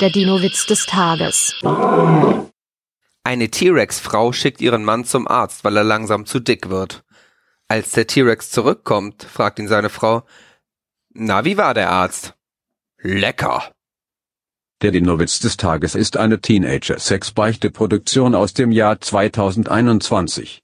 Der Dino-Witz des Tages. Eine T-Rex-Frau schickt ihren Mann zum Arzt, weil er langsam zu dick wird. Als der T-Rex zurückkommt, fragt ihn seine Frau, na, wie war der Arzt? Lecker. Der Dinowitz des Tages ist eine Teenager-Sex-Beichte-Produktion aus dem Jahr 2021.